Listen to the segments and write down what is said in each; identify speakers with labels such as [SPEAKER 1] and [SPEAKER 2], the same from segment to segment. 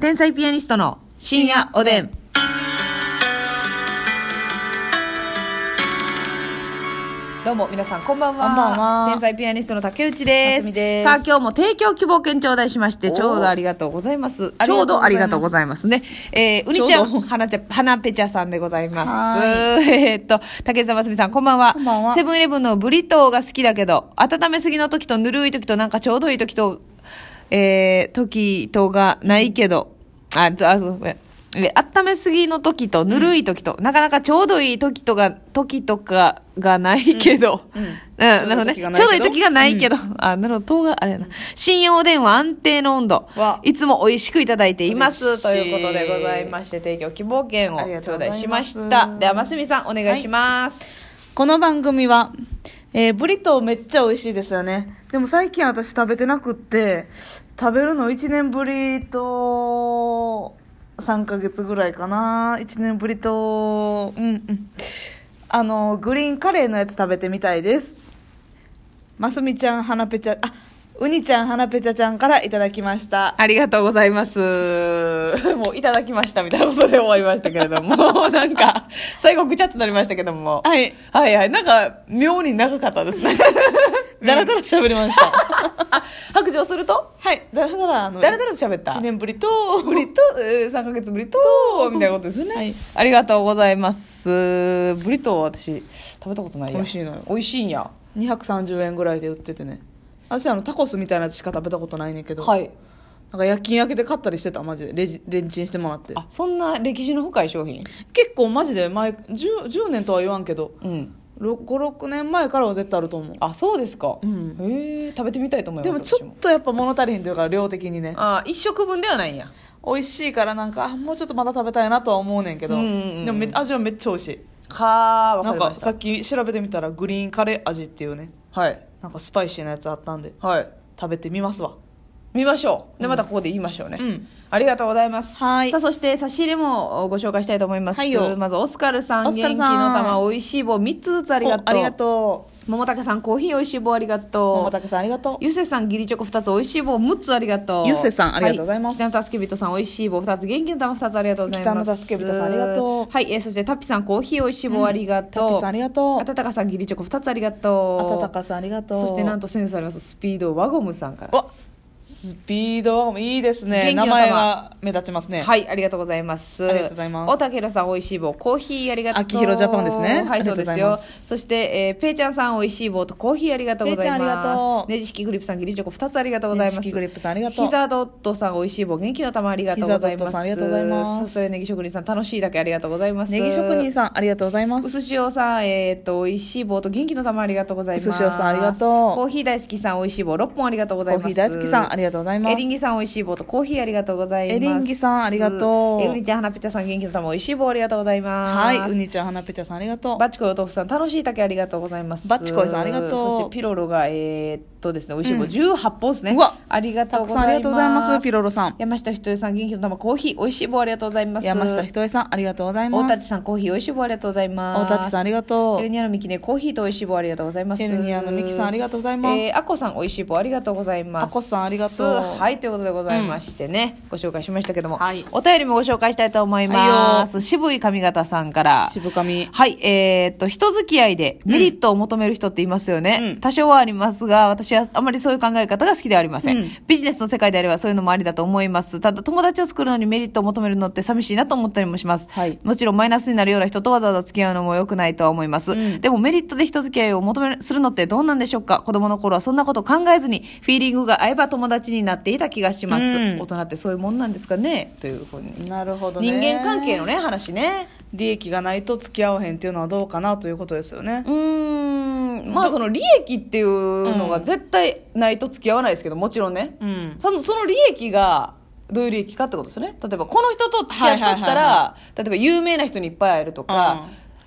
[SPEAKER 1] 天才ピアニストの
[SPEAKER 2] 深夜おでん。
[SPEAKER 1] どうも皆さんこんばんは
[SPEAKER 2] こんばんは
[SPEAKER 1] 天才ピアニストの竹内です
[SPEAKER 2] ますみです
[SPEAKER 1] さあ今日も提供希望券頂戴しまして
[SPEAKER 2] おー
[SPEAKER 1] ちょうどありがとうございます
[SPEAKER 2] あ
[SPEAKER 1] ち
[SPEAKER 2] り
[SPEAKER 1] ょ
[SPEAKER 2] がと
[SPEAKER 1] う
[SPEAKER 2] うご
[SPEAKER 1] どあ
[SPEAKER 2] ざいます
[SPEAKER 1] りがとうございますねえー、うにちゃん
[SPEAKER 2] ちょうど
[SPEAKER 1] はなちゃはなぺちゃさんでございます
[SPEAKER 2] は
[SPEAKER 1] えーっと竹内さんますみさんこんばんは
[SPEAKER 2] こんばんは
[SPEAKER 1] セブンイレブンのブリトーが好きだけど温めすぎの時とぬるい時となんかちょうどいい時とえー、時とがないけどあずあそうごめんえ温めすぎの時とぬるい時と、なかなかちょうどいい時とが時とかがないけど、
[SPEAKER 2] う んうん
[SPEAKER 1] なるほどね。
[SPEAKER 2] ち
[SPEAKER 1] ち
[SPEAKER 2] ょ
[SPEAKER 1] ょう
[SPEAKER 2] うど
[SPEAKER 1] どい
[SPEAKER 2] いい
[SPEAKER 1] い
[SPEAKER 2] 時
[SPEAKER 1] 時
[SPEAKER 2] が
[SPEAKER 1] が
[SPEAKER 2] な
[SPEAKER 1] ないいけ
[SPEAKER 2] け
[SPEAKER 1] ど。あ、なるほど、糖が、あれやな。信用電話安定の温度
[SPEAKER 2] わ。
[SPEAKER 1] いつも美味しくいただいています。と
[SPEAKER 2] 嬉し
[SPEAKER 1] い
[SPEAKER 2] い
[SPEAKER 1] うことでございまして、提供希望券を
[SPEAKER 2] ありが
[SPEAKER 1] 頂
[SPEAKER 2] とうござい
[SPEAKER 1] 戴
[SPEAKER 2] ます
[SPEAKER 1] しました。では、ますみさん、お願いします。
[SPEAKER 2] この番組は、えーブリトーめっちゃ美味しいですよね。でも最近私食べてなくって、食べるの1年ぶりと、3ヶ月ぐらいかな。1年ぶりと、うんうん。あの、グリーンカレーのやつ食べてみたいです。ますみちゃん、はなぺちゃ、あ、うにちゃん、はなぺちゃちゃんからいただきました。
[SPEAKER 1] ありがとうございます。 もう、いただきましたみたいなことで終わりましたけれども、 なんか、最後ぐちゃっとなりましたけども。
[SPEAKER 2] はい。
[SPEAKER 1] はいはい。なんか、妙に長かったですね。
[SPEAKER 2] だらだら喋りました。
[SPEAKER 1] あ、白状すると
[SPEAKER 2] はい。だらだら、あの、
[SPEAKER 1] 誰々と喋った
[SPEAKER 2] 1年ぶりと、
[SPEAKER 1] ぶりと、えー、3ヶ月ぶりと、みたいなことですよね。ありがとうございます。ぶりと私、食べたことないや。
[SPEAKER 2] 美味しいのよ
[SPEAKER 1] 美味しいんや。
[SPEAKER 2] 230円ぐらいで売っててね私あのタコスみたいなやつしか食べたことないねんけど、
[SPEAKER 1] はい。
[SPEAKER 2] なんか夜勤焼けで買ったりしてたマジでレジレンチンしてもらって
[SPEAKER 1] あ、そんな歴史の深い商品。
[SPEAKER 2] 結構マジで前 10, 10年とは言わんけど
[SPEAKER 1] うん。
[SPEAKER 2] 56年前からは絶対あると思う
[SPEAKER 1] あ、そうですか。
[SPEAKER 2] うん
[SPEAKER 1] へえ、食べてみたいと思い
[SPEAKER 2] で
[SPEAKER 1] ます。
[SPEAKER 2] もち
[SPEAKER 1] 私
[SPEAKER 2] ょっとやっぱ物足りへんというか量的にね
[SPEAKER 1] あー、一食分ではないんや。
[SPEAKER 2] 美味しいからなんかあもうちょっとまた食べたいなとは思うねんけど、
[SPEAKER 1] うんうんうん
[SPEAKER 2] でもめ味はめっちゃ美味しい
[SPEAKER 1] かー、わ
[SPEAKER 2] な
[SPEAKER 1] か
[SPEAKER 2] ん
[SPEAKER 1] り
[SPEAKER 2] か
[SPEAKER 1] まし
[SPEAKER 2] さっき調べてみたらグリーンカレー味っていうね
[SPEAKER 1] た。はい。
[SPEAKER 2] なんかスパイシーなやつあったんで
[SPEAKER 1] はい。
[SPEAKER 2] 食べてみますわ
[SPEAKER 1] 見ましょう。で、またここで言いましょうね。
[SPEAKER 2] うん
[SPEAKER 1] ありがとうございます。
[SPEAKER 2] はい
[SPEAKER 1] さあ、そして差し入れもご紹介したいと思います。
[SPEAKER 2] はいよ
[SPEAKER 1] まず、オスカルさん、
[SPEAKER 2] オス
[SPEAKER 1] 元
[SPEAKER 2] カ
[SPEAKER 1] 気
[SPEAKER 2] ル
[SPEAKER 1] の
[SPEAKER 2] さん
[SPEAKER 1] 玉、美味しい棒3つずつありがとう。
[SPEAKER 2] おありがとう
[SPEAKER 1] 桃竹さんコーヒーおいしい棒ありがと
[SPEAKER 2] 桃
[SPEAKER 1] う
[SPEAKER 2] 竹さんありがとう
[SPEAKER 1] ゆせさんギリチョコ2つおいしい棒6つありがとう
[SPEAKER 2] ゆせさんありがとうございます
[SPEAKER 1] は北の助け人さんおいしい棒2つ元気の玉2つありがとうございます
[SPEAKER 2] 北の助け人さんありがとう
[SPEAKER 1] はい、えーそしてタッピさんコーヒーおいしい棒ありがとう、
[SPEAKER 2] たけさんありがとう
[SPEAKER 1] あたたかさんギリチョコ2つありがとう
[SPEAKER 2] あたたかさんありがとう
[SPEAKER 1] そしてなんとセンスありますスピードワゴムさんから
[SPEAKER 2] わスピードワゴンいいですね
[SPEAKER 1] 元気の玉
[SPEAKER 2] 名前が目立ちますね、
[SPEAKER 1] はい、ありがとうございます。
[SPEAKER 2] ありがとうございます
[SPEAKER 1] おたけろさん、おいしい棒、コーヒーありがとう。
[SPEAKER 2] 秋広ジャパンですね
[SPEAKER 1] は
[SPEAKER 2] あり
[SPEAKER 1] い、
[SPEAKER 2] が
[SPEAKER 1] そう
[SPEAKER 2] とうご
[SPEAKER 1] で
[SPEAKER 2] ざ
[SPEAKER 1] す
[SPEAKER 2] いま
[SPEAKER 1] よ。
[SPEAKER 2] す
[SPEAKER 1] そして、えー、ぺいちゃんさん、おいしい棒とコーヒーありがとうございます。
[SPEAKER 2] ぺいちゃんありがとう
[SPEAKER 1] ねじ式グリップさん、ギリチョコ二つありがとうございます。
[SPEAKER 2] ねじ式グリップさんありがとう
[SPEAKER 1] ひざドットさん、おいしい棒、元気の玉ありがとうございます。
[SPEAKER 2] ひざドットさんありがとうございます
[SPEAKER 1] さすがネギ職人さん、楽しいだけありがとうございます。
[SPEAKER 2] ネギ職人さんありがとうございま
[SPEAKER 1] う
[SPEAKER 2] す
[SPEAKER 1] すしおさん、えー、っと、おいしい棒と元気の玉ありがとうございます。
[SPEAKER 2] うすしおさんありがとう
[SPEAKER 1] コーヒー大好きさん、おいしい棒六本ありがとうご
[SPEAKER 2] コ
[SPEAKER 1] ざい
[SPEAKER 2] ー
[SPEAKER 1] ます。
[SPEAKER 2] ヒー大好きさんありがとうございます
[SPEAKER 1] エリンギさん、おいしい棒とコーヒーありがとうございます。
[SPEAKER 2] エリンギさんありがとう
[SPEAKER 1] えうにちゃん、はなぺちゃさん、元気の玉、おいしい棒ありがとうございます。
[SPEAKER 2] はい、うにちゃん、はなぺちゃさんありがとう。
[SPEAKER 1] バチコイお豆腐さん、楽しい竹ありがとうございます。
[SPEAKER 2] バチコイさんありがとう
[SPEAKER 1] そしてピロロが、えー、っとですね、おいしい棒18本ですね。
[SPEAKER 2] うわ
[SPEAKER 1] ありがと
[SPEAKER 2] た
[SPEAKER 1] うご
[SPEAKER 2] く
[SPEAKER 1] ざいます。
[SPEAKER 2] さんありがとうございます、ピロロさん。
[SPEAKER 1] 山下ひとえさん、元気の玉、コーヒー、おいしい棒ありがとうございます。
[SPEAKER 2] 山下ひとえさん、ありがとうござい
[SPEAKER 1] 大
[SPEAKER 2] ま
[SPEAKER 1] 立
[SPEAKER 2] す。
[SPEAKER 1] さん、コーヒー、おいしい棒ありがとうございます。
[SPEAKER 2] 大立さん、ありがと
[SPEAKER 1] ヘル
[SPEAKER 2] う。
[SPEAKER 1] ニアのミキね、コーヒーと美味しい棒ありがとうございます。
[SPEAKER 2] ヘルニアのミキさんありがとうございます
[SPEAKER 1] えー、アコさん、美味しい棒ありがとうございます。
[SPEAKER 2] アコさんありがとう
[SPEAKER 1] はい、ということでございましてね、ご紹介しましたけども、
[SPEAKER 2] はい
[SPEAKER 1] お便りもご紹介したいと思います。渋い髪型さんから。
[SPEAKER 2] 渋神。
[SPEAKER 1] はい、えーっと、人付き合いでメリットを求める人っていますよね。
[SPEAKER 2] うん
[SPEAKER 1] 多少はありますが、私はあまりそういう考え方が好きではありません。
[SPEAKER 2] うん
[SPEAKER 1] ビジネスの世界であればそういうのもありだと思います。ただ、友達を作るのにメリットを求めるのって寂しいなと思ったりもします。
[SPEAKER 2] はい
[SPEAKER 1] もちろんマイナスになるような人とわざわざ付き合うのも良くないとは思います。
[SPEAKER 2] うん
[SPEAKER 1] でもメリットで人付き合いを求める、するのってどうなんでしょうか子供の頃はそんなこと考えずに、フィーリングが合えば友達になっていた気がします。
[SPEAKER 2] うん
[SPEAKER 1] 大人ってそういうもんなんですかねというふうに。
[SPEAKER 2] なるほどね。
[SPEAKER 1] 人間関係のね、話ね。
[SPEAKER 2] 利益がないと付き合わへんっていうのはどうかなということですよね
[SPEAKER 1] う。ーんまあその利益っていうのが絶対ないと付き合わないですけどもちろんね、
[SPEAKER 2] うん。
[SPEAKER 1] そのその利益がどういう利益かってことですよね例えばこの人と付き合っとったら、
[SPEAKER 2] はいはいは
[SPEAKER 1] 例えば有名な人にいっぱい会えるとか、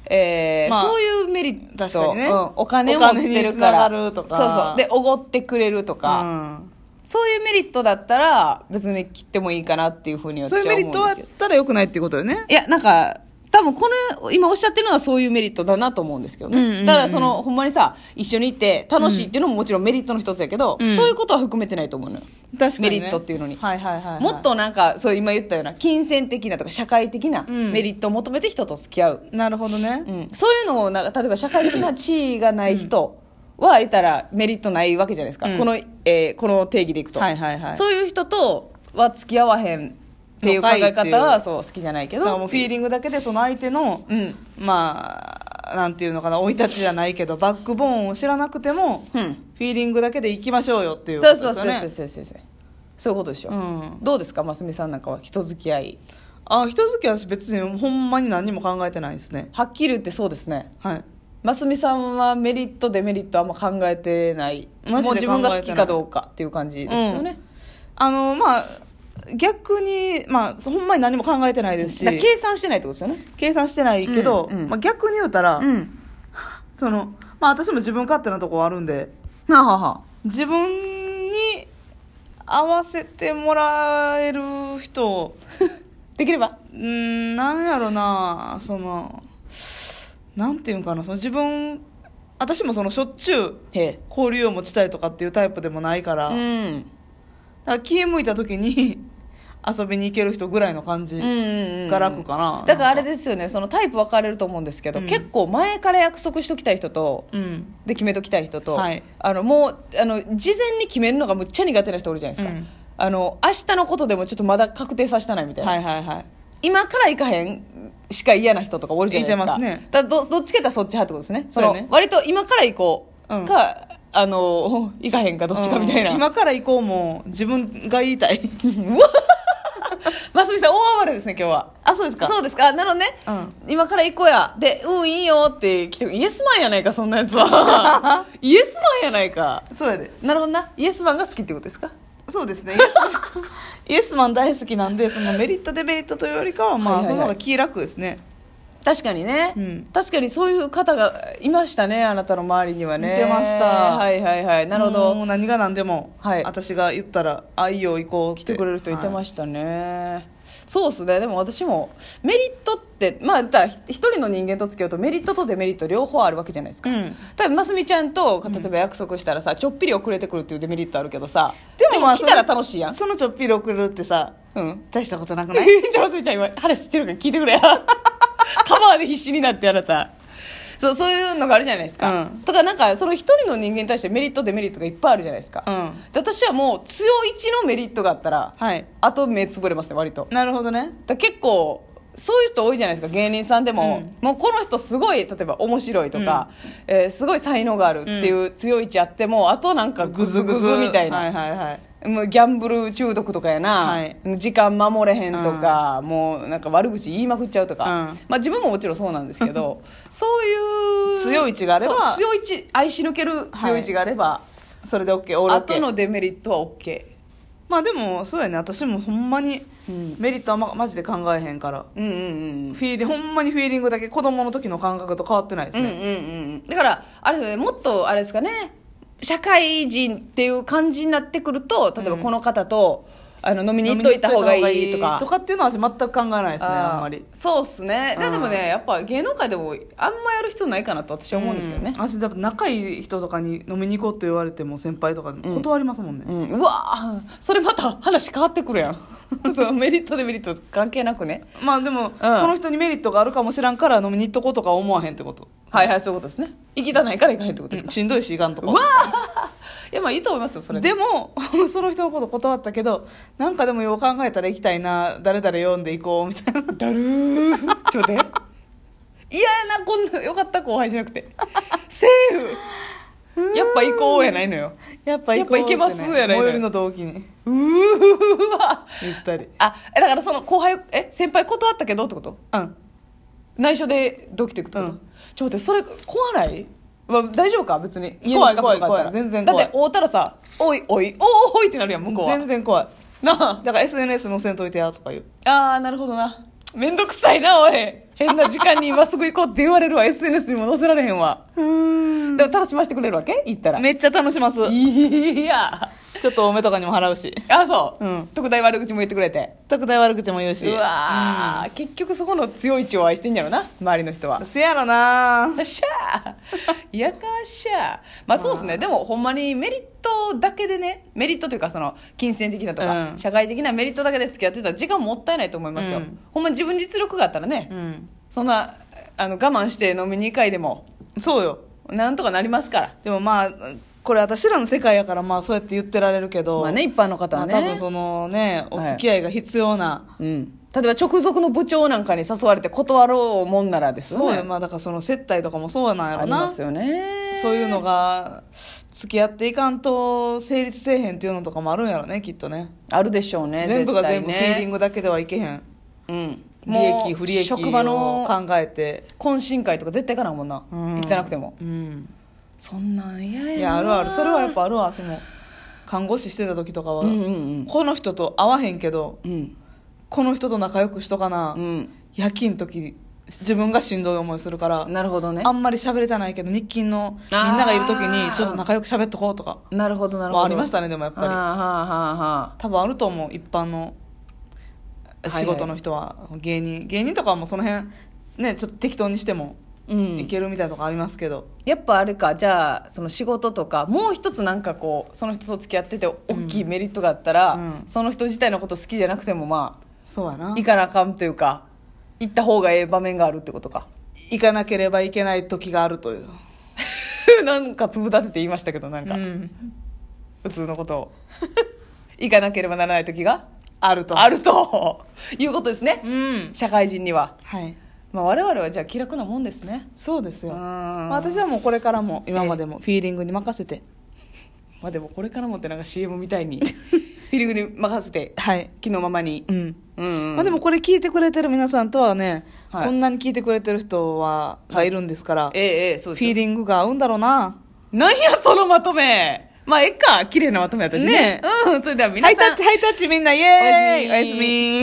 [SPEAKER 1] えー
[SPEAKER 2] まあ
[SPEAKER 1] そういうメリッ
[SPEAKER 2] 確
[SPEAKER 1] ト、
[SPEAKER 2] かにね
[SPEAKER 1] うんお金持ってるから
[SPEAKER 2] お金につながるとか
[SPEAKER 1] そうそうでおごってくれるとか、そういうメリットだったら別に切ってもいいかなっていうふうに
[SPEAKER 2] うん
[SPEAKER 1] 私
[SPEAKER 2] そう
[SPEAKER 1] は
[SPEAKER 2] いう
[SPEAKER 1] 思うん
[SPEAKER 2] メ
[SPEAKER 1] です
[SPEAKER 2] リ
[SPEAKER 1] けど
[SPEAKER 2] ットはあったら良くないっていうことよね。
[SPEAKER 1] いやなんか多分この、今おっしゃってるのはそういうメリットだなと思うんですけどね。
[SPEAKER 2] うんうんうん
[SPEAKER 1] ただその、ほんまにさ、一緒に行って楽しいっていうのももちろんメリットの一つやけど、
[SPEAKER 2] うん
[SPEAKER 1] そういうことは含めてないと思うのよ。
[SPEAKER 2] 確か
[SPEAKER 1] メ
[SPEAKER 2] に、ね、
[SPEAKER 1] リットっていうのに
[SPEAKER 2] はいはいはい、はい、
[SPEAKER 1] もっとなんか、そう今言ったような、金銭的なとか社会的な
[SPEAKER 2] うん
[SPEAKER 1] メリットを求めて人と付き合う。
[SPEAKER 2] なるほどね、
[SPEAKER 1] うんそういうのをなんか、例えば社会的な地位がない人は、得たらメリットないわけじゃないですか。
[SPEAKER 2] うん
[SPEAKER 1] この、えーこの定義でいくと。
[SPEAKER 2] はいはいはい
[SPEAKER 1] そういう人とは付き合わへんっていう考え
[SPEAKER 2] のかいってい
[SPEAKER 1] 方
[SPEAKER 2] う
[SPEAKER 1] は、そう、好きじゃないけ
[SPEAKER 2] だからも
[SPEAKER 1] ど
[SPEAKER 2] う。フィーリングだけでその相手の、
[SPEAKER 1] うん。
[SPEAKER 2] まあなんていうのかな生い立ちじゃないけどバックボーンを知らなくても、
[SPEAKER 1] うん。
[SPEAKER 2] フィーリングだけでいきましょうよっていうこ
[SPEAKER 1] そ
[SPEAKER 2] と
[SPEAKER 1] う
[SPEAKER 2] です
[SPEAKER 1] そうそうそうそう
[SPEAKER 2] よね
[SPEAKER 1] そうそうそういうことでしょ、
[SPEAKER 2] うん
[SPEAKER 1] どうですかますみさんなんかは人付き合い
[SPEAKER 2] あ人付き合いは別にほんまに何も考えてないですね
[SPEAKER 1] はっきり言ってそうですね
[SPEAKER 2] はい
[SPEAKER 1] ますみさんはメリットデメリットあんま考えてない
[SPEAKER 2] マジで考えてない
[SPEAKER 1] もう自分が好きかどうかっていう感じですよね、
[SPEAKER 2] あのまあ逆にまあそほんまに何も考えてないですし
[SPEAKER 1] だから計算してないってことですよね
[SPEAKER 2] 計算してないけど、
[SPEAKER 1] うんうん
[SPEAKER 2] まあ、逆に言うたら、
[SPEAKER 1] ん
[SPEAKER 2] そのまあ私も自分勝手なとこはあるんで
[SPEAKER 1] はあはあは
[SPEAKER 2] 自分に合わせてもらえる人
[SPEAKER 1] あできれば
[SPEAKER 2] うんなんやろなそのなんていうんかなその自分私もそのしょっちゅう
[SPEAKER 1] へえ
[SPEAKER 2] 交流を持ちたいとかっていうタイプでもないから,、
[SPEAKER 1] う
[SPEAKER 2] だ
[SPEAKER 1] ん
[SPEAKER 2] から気向いた時に 遊びに行ける人ぐらいの感じ
[SPEAKER 1] うんうんうん
[SPEAKER 2] が楽かな、
[SPEAKER 1] だからあれですよねそのタイプ分かれると思うんですけど、
[SPEAKER 2] うん
[SPEAKER 1] 結構前から約束しときたい人と
[SPEAKER 2] うん
[SPEAKER 1] で決めときたい人と、
[SPEAKER 2] はい
[SPEAKER 1] あのもうあの事前に決めるのがむっちゃ苦手な人おるじゃないですか、
[SPEAKER 2] うん
[SPEAKER 1] あの明日のことでもちょっとまだ確定させたないみたいな、
[SPEAKER 2] はいはいはい
[SPEAKER 1] 今から行かへんしか嫌な人とかおるじゃないですか
[SPEAKER 2] いてますね
[SPEAKER 1] だからどどっちかやったらそっち派ってことですねそ
[SPEAKER 2] そう
[SPEAKER 1] の
[SPEAKER 2] やね
[SPEAKER 1] 割と今から行こうか、
[SPEAKER 2] うん
[SPEAKER 1] あの 行かへんかどっちかみたいな、
[SPEAKER 2] うん今から行こうも自分が言いた い
[SPEAKER 1] ますみさん大暴れですね今日は
[SPEAKER 2] あそうですか
[SPEAKER 1] そうですかあなるほどね、今から行こうやでうんいいよって来てイエスマンやないかそんなやつ はイエスマンやないか
[SPEAKER 2] そうやで
[SPEAKER 1] なるほどなイエスマンが好きってことですか
[SPEAKER 2] そうですねイエスマンイ エスマン大好きなんでそのメリットデメリットというよりかはまあ、
[SPEAKER 1] はいはいはい
[SPEAKER 2] その方が気楽ですね
[SPEAKER 1] 確かにね、
[SPEAKER 2] うん
[SPEAKER 1] 確かにそういう方がいましたねあなたの周りにはね
[SPEAKER 2] いてました
[SPEAKER 1] はいはいはいなるほど
[SPEAKER 2] もう何が何でも、
[SPEAKER 1] はい
[SPEAKER 2] 私が言ったら「あいいよ行こう」って
[SPEAKER 1] 来てくれる人いて
[SPEAKER 2] は
[SPEAKER 1] ましたね、そうっすねでも私もメリットってまあ言ったらひ一人の人間と付き合うとメリットとデメリット両方あるわけじゃないですか、
[SPEAKER 2] うん
[SPEAKER 1] ただますみちゃんと例えば約束したらさ、ちょっぴり遅れてくるっていうデメリットあるけどさ
[SPEAKER 2] でもまあ
[SPEAKER 1] 来たら楽しいやん
[SPEAKER 2] そのちょっぴり送るってさ
[SPEAKER 1] うん
[SPEAKER 2] 大したこと なくない
[SPEAKER 1] じゃあますみちゃん今話してるから聞いてく れカバーで必死になってあなたそうそういうのがあるじゃないですか、
[SPEAKER 2] うん
[SPEAKER 1] とかなんかその一人の人間に対してメリットデメリットがいっぱいあるじゃないですか、
[SPEAKER 2] うん
[SPEAKER 1] で私はもう強い一のメリットがあったら
[SPEAKER 2] はい
[SPEAKER 1] あと目つぶれますね割と
[SPEAKER 2] なるほどね
[SPEAKER 1] だから結構そういう人多いじゃないですか芸人さんでも、もうこの人すごい例えば面白いとか、えーすごい才能があるっていう強い位置あっても、あとなんかグズグズみたいな、
[SPEAKER 2] はいはいはい
[SPEAKER 1] もうギャンブル中毒とかやな、
[SPEAKER 2] はい
[SPEAKER 1] 時間守れへんとか、もうなんか悪口言いまくっちゃうとか、
[SPEAKER 2] うん
[SPEAKER 1] まあ、自分ももちろんそうなんですけ どそういう
[SPEAKER 2] 強い位置があれば
[SPEAKER 1] そう強い位置愛し抜ける強い位置があれば、
[SPEAKER 2] それで OK オール OK
[SPEAKER 1] 後のデメリットは OK
[SPEAKER 2] まあでもそうやね私もほんまにメリットは、ま、マジで考えへんから
[SPEAKER 1] うんうんうん
[SPEAKER 2] フィーリほんまにフィーリングだけ子供の時の感覚と変わってないです
[SPEAKER 1] うんうん
[SPEAKER 2] ね、
[SPEAKER 1] うんだからあれですよねもっとあれですかね社会人っていう感じになってくると例えばこの方と、あの飲みに行っといた方がいいとか
[SPEAKER 2] とかっていうのは私全く考えないですね
[SPEAKER 1] ー
[SPEAKER 2] あんまり
[SPEAKER 1] そうっすね
[SPEAKER 2] う
[SPEAKER 1] で
[SPEAKER 2] ん
[SPEAKER 1] でもねやっぱ芸能界でもあんまやる必要ないかなと私は思うんですけどね
[SPEAKER 2] ん、私だって仲いい人とかに飲みに行こうと言われても先輩とかに断りますもんね、
[SPEAKER 1] うんうわーそれまた話変わってくるやん そうメリットデメリット関係なくね
[SPEAKER 2] まあでも、この人にメリットがあるかもしらんから飲みに行っとこうとか思わへんってこと、
[SPEAKER 1] はいはいそういうことですね行きたないから行かへんってことです
[SPEAKER 2] うんしんどいしいかんと
[SPEAKER 1] うわ
[SPEAKER 2] か
[SPEAKER 1] いやまあいいと思いますよそれで
[SPEAKER 2] でも その人のこと断ったけどなんかでもよう考えたら行きたいな誰々読んでいこうみたいな
[SPEAKER 1] だるーちょっと待って嫌やなこんなよかった後輩じゃなくてセーフやっぱ行こうやないのよ
[SPEAKER 2] やっぱ行こう
[SPEAKER 1] やっぱ行けますやないのよ
[SPEAKER 2] 最寄りの同期に
[SPEAKER 1] うーわ
[SPEAKER 2] 言ったり
[SPEAKER 1] あえだからその後輩え先輩断ったけどってこと
[SPEAKER 2] うん
[SPEAKER 1] 内緒でドキドキってこと、
[SPEAKER 2] うん
[SPEAKER 1] ちょっと待ってそれ怖ない、まあ、大丈夫か別に家の近くとかやったら
[SPEAKER 2] 怖い怖い怖い全然怖
[SPEAKER 1] だ
[SPEAKER 2] い
[SPEAKER 1] って会うたらさ「おいおいおーおい」ってなるやん向こうは
[SPEAKER 2] 全然怖い
[SPEAKER 1] なあ
[SPEAKER 2] だから SNS 載せんといてやとか言う
[SPEAKER 1] あーなるほどなめんどくさいなおい変な時間に今すぐ行こうって言われるわ SNS にも載せられへんわでも楽しませてくれるわけ行ったら
[SPEAKER 2] めっちゃ楽します
[SPEAKER 1] いや
[SPEAKER 2] ちょっと多めとかにも払うし
[SPEAKER 1] あそう、
[SPEAKER 2] うん
[SPEAKER 1] 特大悪口も言ってくれて
[SPEAKER 2] 特大悪口も言うし
[SPEAKER 1] うわー、結局そこの強い血を愛してんやろな周りの人は
[SPEAKER 2] うんせやろな
[SPEAKER 1] よっしゃーやかわっしゃーまあそうですねでもほんまにメリットだけでねメリットというかその金銭的なとか、
[SPEAKER 2] うん
[SPEAKER 1] 社会的なメリットだけで付き合ってたら時間もったいないと思いますよ、
[SPEAKER 2] うん
[SPEAKER 1] ほんまに自分実力があったらね、
[SPEAKER 2] うん
[SPEAKER 1] そんなあの我慢して飲みに行く回でも
[SPEAKER 2] そうよ
[SPEAKER 1] なんとかなりますから
[SPEAKER 2] でもまあこれ私らの世界やからまあそうやって言ってられるけど
[SPEAKER 1] まあね一般の方はね、
[SPEAKER 2] まあ多分そのねお付き合いが必要な、
[SPEAKER 1] うん、例えば直属の部長なんかに誘われて断ろうもんならですよ
[SPEAKER 2] そう
[SPEAKER 1] ね
[SPEAKER 2] よまあだからその接待とかもそうなんや
[SPEAKER 1] あ
[SPEAKER 2] ろ
[SPEAKER 1] り
[SPEAKER 2] な
[SPEAKER 1] ますよね
[SPEAKER 2] そういうのが付き合っていかんと成立せえへんっていうのとかもあるんやろねきっとね
[SPEAKER 1] あるでしょうね
[SPEAKER 2] 全部が全
[SPEAKER 1] 絶
[SPEAKER 2] 部フ
[SPEAKER 1] 対
[SPEAKER 2] ィ
[SPEAKER 1] ね
[SPEAKER 2] ーリングだけではいけへん
[SPEAKER 1] うん、
[SPEAKER 2] 利
[SPEAKER 1] も
[SPEAKER 2] 益
[SPEAKER 1] う
[SPEAKER 2] 不利益を
[SPEAKER 1] 職場の
[SPEAKER 2] 考えて
[SPEAKER 1] 懇親会とか絶対行かないもんな、
[SPEAKER 2] うん
[SPEAKER 1] 行かなくても
[SPEAKER 2] うん
[SPEAKER 1] そんなん嫌やない
[SPEAKER 2] やあるあるそれはやっぱあるわ私も看護師してた時とかは、
[SPEAKER 1] うんうん
[SPEAKER 2] この人と会わへんけど
[SPEAKER 1] うんうん
[SPEAKER 2] この人と仲良くしとかな、
[SPEAKER 1] うん
[SPEAKER 2] 夜勤の時自分がしんどい思いするから、
[SPEAKER 1] なるほどね
[SPEAKER 2] あんまり喋れてないけど日勤のみん
[SPEAKER 1] あー
[SPEAKER 2] ながいる時にちょっと仲良く喋っとこうとか
[SPEAKER 1] なるほどなるほど
[SPEAKER 2] はありました
[SPEAKER 1] ね
[SPEAKER 2] ねでもやっ
[SPEAKER 1] はあはあは
[SPEAKER 2] ぱり多分あると思う一般の
[SPEAKER 1] いはい
[SPEAKER 2] 仕事の人は芸人芸人とかはもうその辺ねちょっと適当にしても
[SPEAKER 1] あうん
[SPEAKER 2] いけるみたいなとこありますけど、
[SPEAKER 1] やっぱあれかじゃあその仕事とかもう一つなんかこうその人と付き合ってて大きいメリットがあったら、
[SPEAKER 2] うん
[SPEAKER 1] その人自体のこと好きじゃなくてもまあ
[SPEAKER 2] そうやな
[SPEAKER 1] 行かなあかんというか行った方がええ場面があるってことか
[SPEAKER 2] 行かなければいけない時があるという、
[SPEAKER 1] なんかつぶ立てて言いましたけどなんか、普通のことを行かなければならない時が
[SPEAKER 2] あると
[SPEAKER 1] あると いうことですね、
[SPEAKER 2] うん
[SPEAKER 1] 社会人には、
[SPEAKER 2] はい
[SPEAKER 1] まあ、我々はじゃあ気楽なもんですね
[SPEAKER 2] そうですよ、
[SPEAKER 1] うん
[SPEAKER 2] まあ私はもうこれからも今までもフィーリングに任せて
[SPEAKER 1] まあでもこれからもってなんか CM みたいに フィリングに任せて
[SPEAKER 2] はい
[SPEAKER 1] 気のままに
[SPEAKER 2] うん
[SPEAKER 1] うんうん、
[SPEAKER 2] まあ、でもこれ聞いてくれてる皆さんとはね、
[SPEAKER 1] はい
[SPEAKER 2] こんなに聞いてくれてる人は、がいるんですから、
[SPEAKER 1] ええええそう
[SPEAKER 2] フ
[SPEAKER 1] です
[SPEAKER 2] ィー
[SPEAKER 1] よ
[SPEAKER 2] リングが合うんだろうな。
[SPEAKER 1] なんやそのまとめまあええか綺麗なまとめやったしね
[SPEAKER 2] ね
[SPEAKER 1] うんそれでは
[SPEAKER 2] ハ
[SPEAKER 1] 皆
[SPEAKER 2] イタ
[SPEAKER 1] さん
[SPEAKER 2] ッチ、ハイタッチみんな、イエーイ
[SPEAKER 1] おや
[SPEAKER 2] お
[SPEAKER 1] す
[SPEAKER 2] や
[SPEAKER 1] み
[SPEAKER 2] すみ